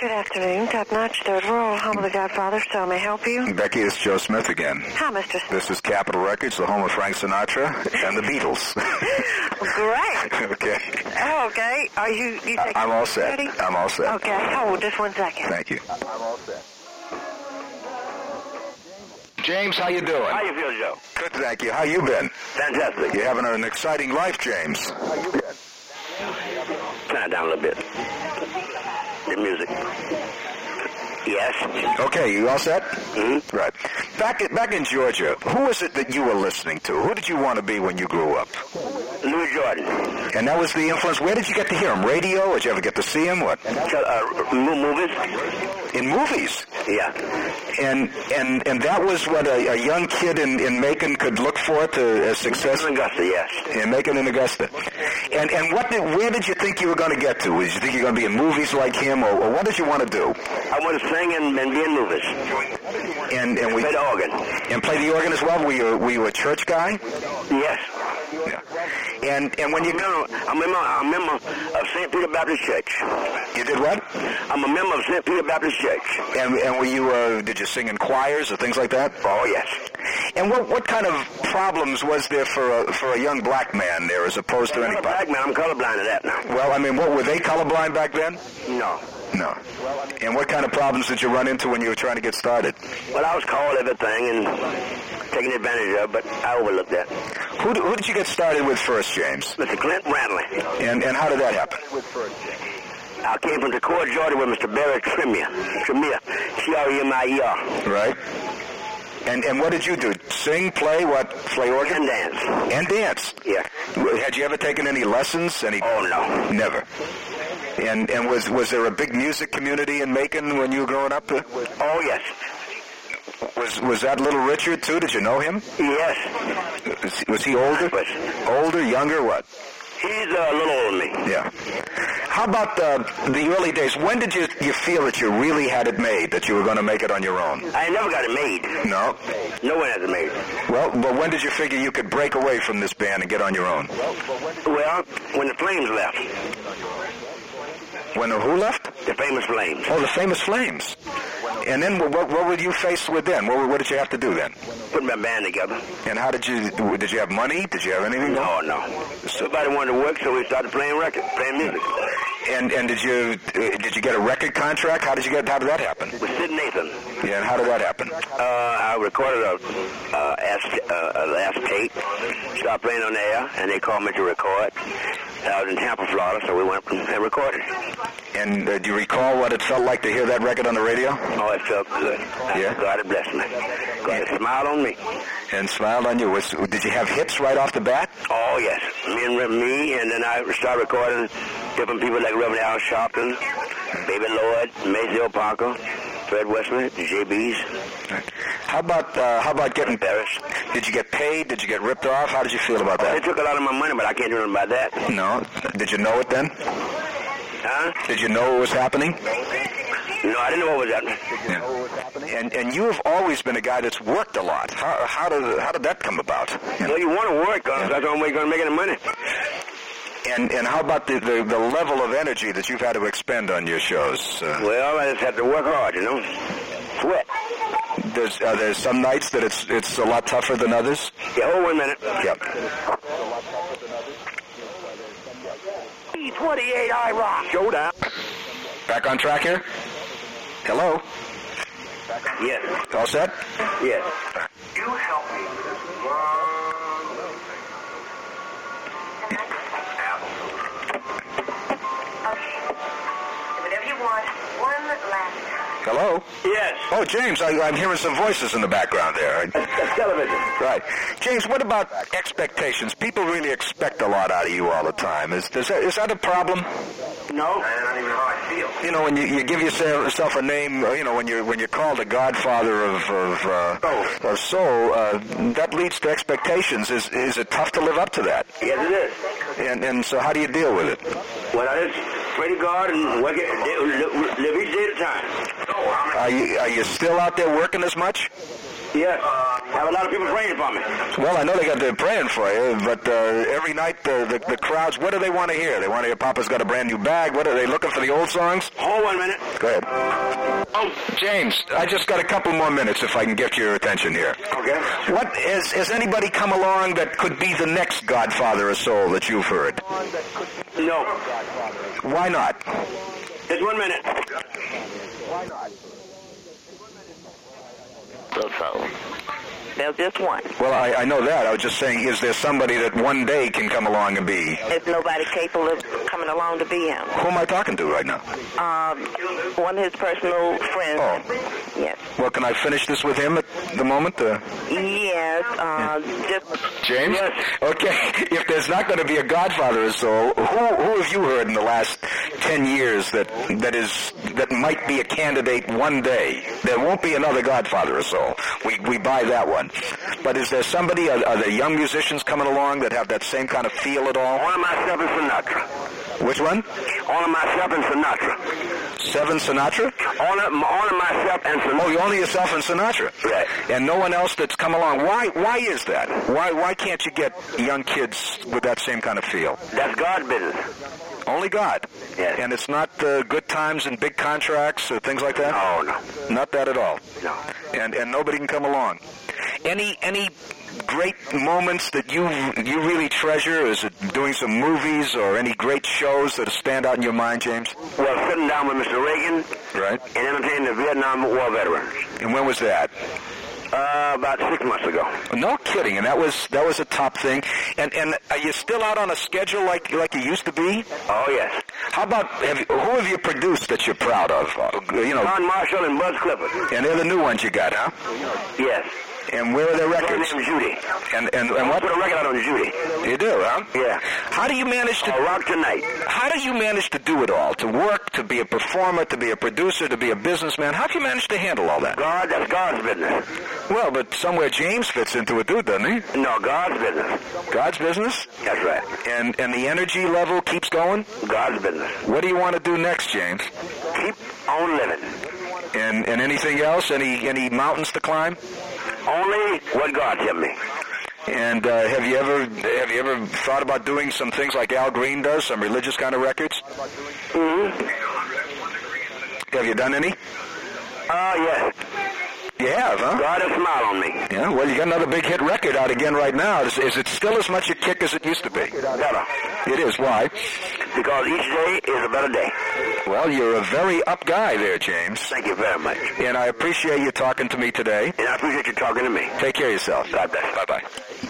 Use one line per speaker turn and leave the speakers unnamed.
Good afternoon. Top notch, third world. Humble the Godfather, so may I help you?
Becky, it's Joe Smith again.
Hi, Mr. Smith.
This is Capitol Records, the home of Frank Sinatra and the Beatles.
Great.
okay.
Oh, okay. Are you, you
I-
think
I'm all set.
Ready?
I'm all set.
Okay, hold just one second.
Thank you. I'm all set. James, how you doing?
you feel, Joe?
Good, thank you. How you been?
Fantastic.
You having an exciting life, James.
Turn it down a little bit. The music. Yes.
Okay, you all set?
Mhm.
Right. Back in, back in Georgia, who is it that you were listening to? Who did you want to be when you grew up?
Louis Jordan.
And that was the influence. Where did you get to hear him? Radio? Did you ever get to see him? What?
So, uh, mo- movies?
In movies.
Yeah.
And and and that was what a, a young kid in, in Macon could look for to as success
Cousin Augusta, yes.
in Macon and Augusta. And and what did where did you think you were going to get to? Did you think you were going to be in movies like him, or, or what did you want to do?
I want to sing and, and be in movies.
And and we
Play the organ.
and play the organ as well. Were you were you a church guy?
Yes.
Yeah. And and when
I'm a
you
member, I'm a member, I'm a member of St. Peter Baptist Church.
you did what?
I'm a member of St. Peter Baptist Church.
And and were you uh, did you sing in choirs or things like that?
Oh, yes.
And what what kind of problems was there for a for a young black man there as opposed to
I'm a
anybody?
black man. I'm colorblind to that now.
Well, I mean, what were they colorblind back then?
No.
No. And what kind of problems did you run into when you were trying to get started?
Well, I was called everything and taken advantage of, but I overlooked that.
Who, who did you get started with first, James?
Mr. Clint Randley.
And and how did that happen?
I came from Decorah, Georgia with Mr. Barry Tremia. Tremia. E C-R-E-M-I-E-R.
Right. And and what did you do? Sing, play, what? Play organ
And dance.
and dance.
Yeah.
Had you ever taken any lessons? Any?
Oh, no.
Never. And and was was there a big music community in Macon when you were growing up?
Oh, yes.
Was was that Little Richard too? Did you know him?
Yes.
Was he- Was he older?
Yes.
Older, younger, what?
He's uh, a little older than me.
Yeah. How about the the early days? When did you you feel that you really had it made? That you were going to make it on your own?
I ain't never got it made.
No.
No one has it made.
Well, but when did you figure you could break away from this band and get on your own?
Well, when the Flames left,
When the who left?
the famous Flames,
Oh, the famous Flames. And then what what, what were you faced with then? What, were- what did you have to do then?
put my band together.
And how did you did you have money? Did you have anything?
No, no. Somebody wanted to work, so we started playing record, playing music.
And and did you uh, did you get a record contract? How did you get? How did that happen?
With Sid Nathan,
Yeah, and how did that happen?
uh, I recorded a, uh, as, uh, a last tape, started playing on the air, and they called me to record. And I was in Tampa, Florida, so we went up and recorded.
And uh, do you recall what it felt like to hear that record on the radio?
Oh, it felt good.
Yeah?
God had blessed me. God had smiled on me.
And smiled on you. Was, did you have hits right off the bat?
Oh, yes. Me and me, and then I started recording different people like Reverend Al Sharpton, Baby Lloyd, Maziel Parker, Fred Westman, JB's,
How about uh, how about getting?
Barris.
Did you get paid? Did you get ripped off? How did you feel about
They
that?
took a lot of my money, but I can't do nothing about that.
No. Did you know it then?
Huh?
Did you know it was happening?
No, I didn't know what was happening.
And and you have always been a guy that's worked a lot. How how did how did that come about?
Well, you want to work, uh, that's the only way you're going to make any money.
And and how about the, the the level of energy that you've had to expend on your shows? Uh,
Well, I just have to work hard, you know? Sweat.
there's are there some nights that it's it's a lot tougher than others?
Yeah, hold one minute.
Yep.
28 I Rock. Showdown.
Back on track here. Hello.
Yes,
All set.
yes.
You help me with this one little thing. Apple.
Okay. Whatever you want, one last time.
Hello.
Yes.
Oh, James, I, I'm hearing some voices in the background there.
That's television.
Right. James, what about expectations? People really expect a lot out of you all the time. Is, does that, is that a problem?
No.
And I don't even know how I feel.
You know, when you, you give yourself yourself a name, uh, you know, when you're when you're called the Godfather of of, uh, of soul, uh, that leads to expectations. Is is it tough to live up to that?
Yes, it is.
And and so, how do you deal with it?
Well, I just pray to God and work it, live, live each day at a time.
So Oh, I'm
Are you are you still out there working as much?
Yes. have a lot of people praying for me.
Well, I know they got they're praying for you, but uh, every night the, the the crowds. What do they want to hear? They want to hear Papa's got a brand new bag. What are they looking for? The old songs?
Hold one minute.
Go ahead. Oh, James, I just got a couple more minutes if I can get your attention here.
Okay.
What has has anybody come along that could be the next Godfather of Soul that you've heard?
No.
Why not?
Just one minute.
There's just one.
Well, I, I know that. I was just saying, is there somebody that one day can come along and be?
There's nobody capable of coming along to be him.
Who am I talking to right now?
Um, one of his personal friends.
Oh.
Yes.
Well, can I finish this with him at the moment? Uh,
Yes. Uh, just
James? Okay, if there's not going to be a Godfather or so, who, who have you heard in the last 10 years that, that is that might be a candidate one day? There won't be another Godfather or so. We, we buy that one. But is there somebody, are, are there young musicians coming along that have that same kind of feel at all?
Only myself and Sinatra.
Which one?
Only myself and Sinatra.
Seven Sinatra?
Only, only myself and Sinatra.
Oh, you only yourself and Sinatra.
Right.
And no one else that's come along. Why, why is that? Why, why can't you get young kids with that same kind of feel?
That's God business.
Only God.
Yes.
And it's not uh, good times and big contracts or things like that.
Oh, no.
Not that at all.
No.
And and nobody can come along. Any any great moments that you you really treasure? Is it doing some movies or any great shows that stand out in your mind, James?
Well, sitting down with Mr. Reagan
Right.
and entertaining the Vietnam War veterans
And when was that?
uh, about six months ago.
No kidding. And that was that was a top thing. And and are you still out on a schedule like like you used to be?
Oh, yes.
How about have you, who have you produced that you're proud of? Uh, you know,
Don Marshall and Buzz Clifford.
and they're the new ones you got, huh?
Yes.
And where are their
Her
records?
name's Judy.
And and, and
I
what
put a record out on Judy.
you do, huh?
Yeah.
How do you manage
Uh,
to
rock tonight.
how do you manage to do it all? To work, to be a performer, to be a producer, to be a businessman. How do you manage to handle all that?
God, that's God's business.
Well, but somewhere James fits into it too, doesn't
No, God's business.
he? God's business,
That's right.
and and the energy level keeps going.
God's business.
What do you want to do next, James?
Keep on living.
And and anything else? Any any mountains to climb?
Only what God tell me.
And uh, have you ever have you ever thought about doing some things like Al Green does, some religious kind of records?
Mm-hmm.
Have you done any?
Oh, yes.
You have, huh?
God has smiled on me.
Yeah, well, you got another big hit record out again right now. Is, is it still as much a kick as it used to be?
Better.
It is. Why?
Because each day is a better day.
Well, you're a very up guy there, James.
Thank you very much.
And I appreciate you talking to me today.
And I appreciate you talking to me.
Take care of yourself.
God bless.
Bye bye.